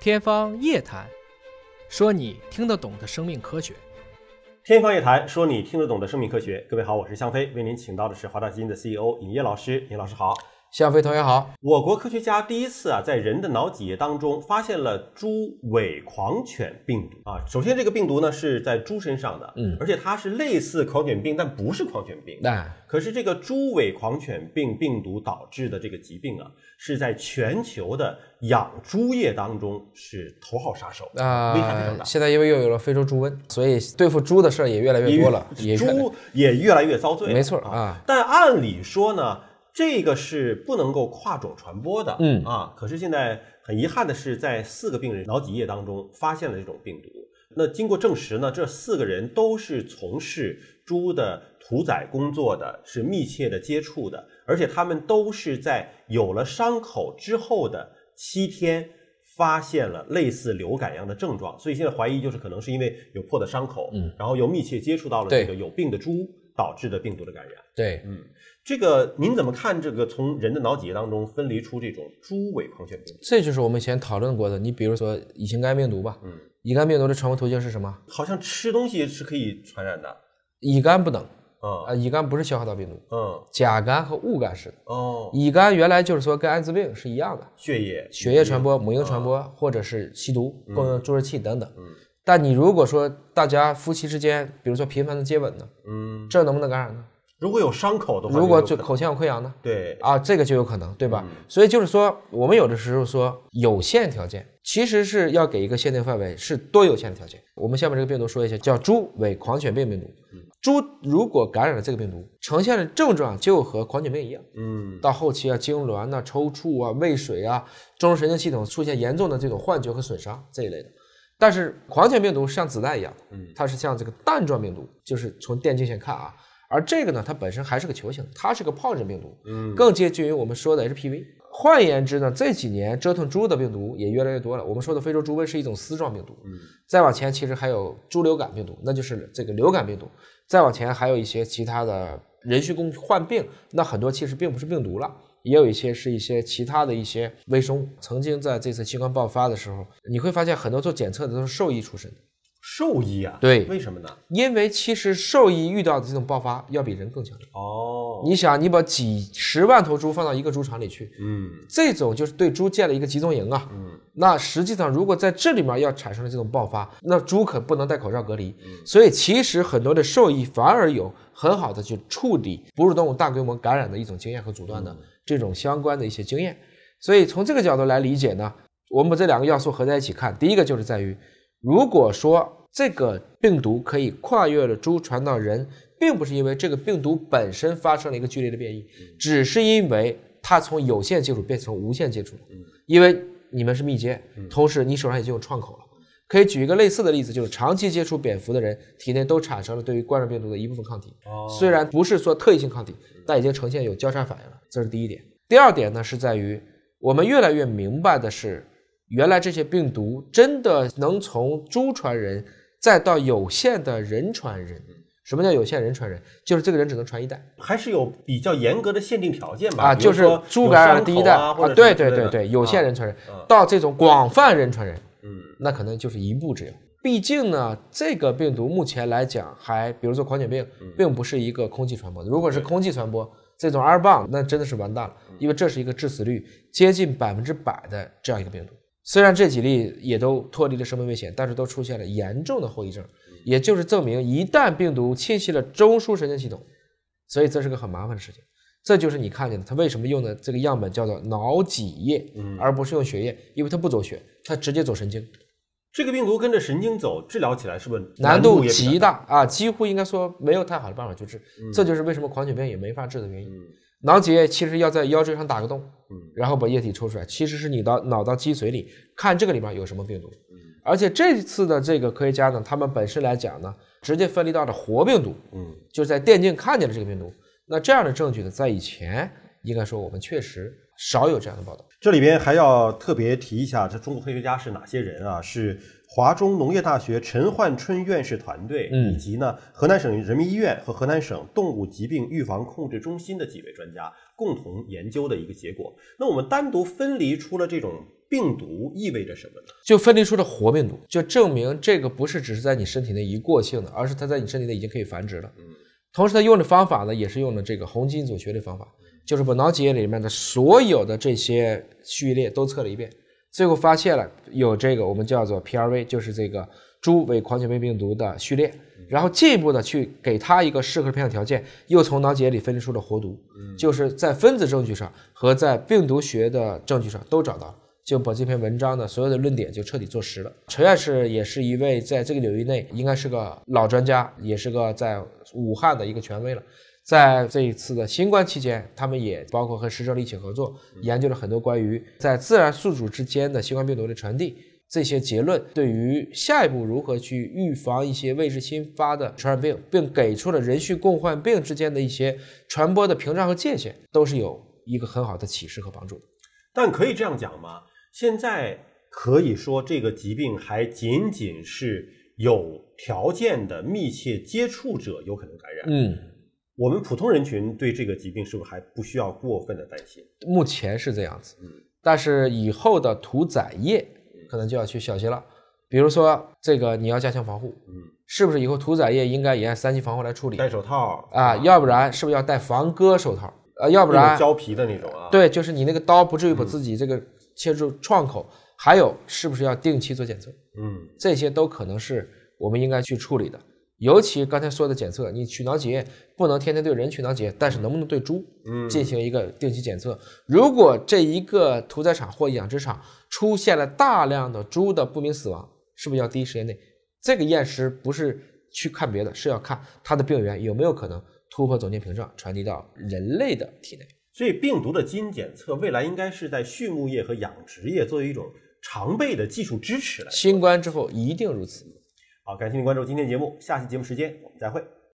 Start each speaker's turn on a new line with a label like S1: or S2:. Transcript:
S1: 天方夜谭，说你听得懂的生命科学。
S2: 天方夜谭，说你听得懂的生命科学。各位好，我是向飞，为您请到的是华大基因的 CEO 尹烨老师。尹老师好，
S3: 向飞同学好。
S2: 我国科学家第一次啊，在人的脑脊液当中发现了猪伪狂犬病毒啊。首先，这个病毒呢是在猪身上的，
S3: 嗯
S2: 而且它是类似狂犬病，但不是狂犬病。
S3: 那
S2: 可是这个猪伪狂犬病病毒导致的这个疾病啊，是在全球的养猪业当中是头号杀手，
S3: 啊、
S2: 危害非常大。
S3: 现在因为又有了非洲猪瘟，所以对付猪的事儿也越来越多了，也越来
S2: 猪也越来越遭罪了，
S3: 没错啊。
S2: 但按理说呢，这个是不能够跨种传播的，
S3: 嗯
S2: 啊。可是现在很遗憾的是，在四个病人脑脊液当中发现了这种病毒。那经过证实呢，这四个人都是从事猪的屠宰工作的，是密切的接触的，而且他们都是在有了伤口之后的七天发现了类似流感一样的症状，所以现在怀疑就是可能是因为有破的伤口，
S3: 嗯，
S2: 然后又密切接触到了这
S3: 对
S2: 个有病的猪导致的病毒的感染。
S3: 对，
S2: 这个您怎么看？这个从人的脑脊液当中分离出这种猪尾狂犬病毒，
S3: 这就是我们以前讨论过的。你比如说乙型肝病毒吧，
S2: 嗯，
S3: 乙肝病毒的传播途径是什么？
S2: 好像吃东西是可以传染的，
S3: 乙肝不能啊，
S2: 嗯
S3: 乙肝不是消化道病毒，
S2: 嗯
S3: 甲肝和戊肝是的。
S2: 哦，
S3: 乙肝原来就是说跟艾滋病是一样的，
S2: 血液
S3: 血液传播、母婴传播，或者是吸毒、共用注射器等等。
S2: 啊嗯
S3: 但你如果说大家夫妻之间，比如说频繁的接吻呢，
S2: 嗯，
S3: 这能不能感染呢？
S2: 如果有伤口的话，
S3: 如果
S2: 就
S3: 就
S2: 有可嗯
S3: 口腔有溃疡呢？
S2: 对
S3: 啊，这个就有可能，对吧？所以就是说，我们有的时候说有限条件，其实是要给一个限定范围，是多有限的条件。我们下面这个病毒说一下，叫猪尾狂犬病病毒。
S2: 嗯
S3: 猪如果感染了这个病毒，呈现的症状就和狂犬病一样，
S2: 嗯
S3: 到后期啊，痉挛呐、抽搐啊、畏水啊，中枢神经系统出现严重的这种幻觉和损伤这一类的。但是狂犬病毒是像子弹一样的，
S2: 嗯
S3: 它是像这个弹状病毒，就是从电镜线看啊，而这个呢，它本身还是个球形，它是个疱疹病毒，
S2: 嗯
S3: 更接近于我们说的 HPV。换言之呢，这几年折腾猪的病毒也越来越多了。我们说的非洲猪瘟是一种丝状病毒，
S2: 嗯
S3: 再往前其实还有猪流感病毒，那就是这个流感病毒。再往前还有一些其他的人畜共患病，那很多其实并不是病毒了，也有一些是一些其他的一些微生物。曾经在这次新冠爆发的时候，你会发现很多做检测的都是兽医出身，
S2: 兽医啊，
S3: 对
S2: 为什么呢？
S3: 因为其实兽医遇到的这种爆发要比人更强。
S2: 哦，
S3: 你想，你把几十万头猪放到一个猪场里去，
S2: 嗯
S3: 这种就是对猪建了一个集中营啊。
S2: 嗯
S3: 那实际上，如果在这里面要产生了这种爆发，那猪可不能戴口罩隔离。
S2: 嗯
S3: 所以，其实很多的兽医反而有很好的去处理哺乳动物大规模感染的一种经验和阻断
S2: 嗯
S3: 的这种相关的一些经验。所以，从这个角度来理解呢，我们把这两个要素合在一起看，第一个就是在于，如果说这个病毒可以跨越了猪传到人，并不是因为这个病毒本身发生了一个剧烈的变异，只是因为它从有限接触变成无限接触了。因为你们是密接，同时你手上已经有创口了。可以举一个类似的例子，就是长期接触蝙蝠的人，体内都产生了对于冠状病毒的一部分抗体，
S2: 哦
S3: 虽然不是说特异性抗体，但已经呈现有交叉反应了，这是第一点。第二点呢，是在于我们越来越明白的是，原来这些病毒真的能从猪传人，再到有限的人传人。什么叫有限人传人？就是这个人只能传一代。
S2: 还是有比较严格的限定条件吧
S3: 啊，
S2: 比如
S3: 就是
S2: 说
S3: 猪
S2: 有
S3: 感染
S2: 伤
S3: 第一
S2: 口
S3: 代
S2: 啊，或者
S3: 对
S2: 什么
S3: 对
S2: 之类
S3: 对
S2: 的
S3: 对，有限人传人
S2: 啊
S3: 到这种广泛人传人，
S2: 嗯
S3: 那可能就是一步之遥。毕竟呢，这个病毒目前来讲还，比如说狂犬病，
S2: 嗯
S3: 并不是一个空气传播的。如果是空气传播，这种 R 棒那真的是完蛋了，
S2: 嗯
S3: 因为这是一个致死率接近百分之百的这样一个病毒。虽然这几例也都脱离了生命危险，但是都出现了严重的后遗症，
S2: 嗯
S3: 也就是证明一旦病毒侵袭了中枢神经系统，所以这是个很麻烦的事情。这就是你看见的，它为什么用的这个样本叫做脑脊液，
S2: 嗯
S3: 而不是用血液，因为它不走血，它直接走神经。
S2: 这个病毒跟着神经走，治疗起来是不是
S3: 难
S2: 度
S3: 度
S2: 也比较嗯
S3: 极大啊，几乎应该说没有太好的办法去治，这就是为什么狂犬病也没法治的原因。脑脊液其实要在腰椎上打个洞，
S2: 嗯
S3: 然后把液体抽出来，其实是你的脑到脊髓里，看这个里面有什么病毒。
S2: 嗯
S3: 而且这次的这个科学家呢，他们本身来讲呢，直接分离到了活病毒，
S2: 嗯，
S3: 就是在电竞看见了这个病毒。那这样的证据呢，在以前应该说我们确实少有这样的报道。
S2: 这里边还要特别提一下，这中国科学家是哪些人啊？是华中农业大学陈焕春院士团队，
S3: 嗯
S2: 以及呢河南省人民医院和河南省动物疾病预防控制中心的几位专家共同研究的一个结果。那我们单独分离出了这种病毒意味着什么呢？
S3: 就分离出了活病毒，就证明这个不是只是在你身体内一过性的，而是它在你身体内已经可以繁殖了。同时，它用的方法呢，也是用了这个红基因组学的方法，就是把脑脊液里面的所有的这些序列都测了一遍，最后发现了有这个我们叫做 PRV，就是这个猪尾狂犬病病毒的序列，然后进一步的去给它一个适合的培养条件，又从脑脊液里分离出了活毒，就是在分子证据上和在病毒学的证据上都找到了。就把这篇文章的所有的论点就彻底坐实了。陈院士也是一位在这个领域内应该是个老专家，也是个在武汉的一个权威了。在这一次的新冠期间，他们也包括和石正丽一起合作，研究了很多关于在自然宿主之间的新冠病毒的传递。这些结论对于下一步如何去预防一些未知新发的传染病，并给出了人畜共患病之间的一些传播的屏障和界限，都是有一个很好的启示和帮助的。
S2: 但可以这样讲吗？现在可以说这个疾病还仅仅是有条件的密切接触者有可能感染。
S3: 嗯，
S2: 我们普通人群对这个疾病是不是还不需要过分的担心？
S3: 目前是这样子，
S2: 嗯
S3: 但是以后的屠宰业可能就要去小心了。比如说，这个你要加强防护，
S2: 嗯，
S3: 是不是以后屠宰业应该也按三级防护来处理
S2: 戴手套
S3: 啊？要不然是不是要戴防割手套？啊，要不
S2: 那
S3: 然
S2: 种胶嗯皮的那种啊，
S3: 对，就是你那个刀不至于把自己这个切入创口。还有，是不是要定期做检测？
S2: 嗯，
S3: 这些都可能是我们应该去处理的。尤其刚才说的检测，你取脑脊液不能天天对人取脑脊液，但是能不能对猪进行一个定期检测？如果这一个屠宰场或养殖场出现了大量的猪的不明死亡，是不是要第一时间内这个验尸不是去看别的，是要看它的病源有没有可能突破总监屏障，传递到人类的体内。
S2: 所以病毒的基因检测未来应该是在畜牧业和养殖业作为一种常备的技术支持来。
S3: 新冠之后一定如此。
S2: 好，感谢您关注今天节目，下期节目时间我们再会。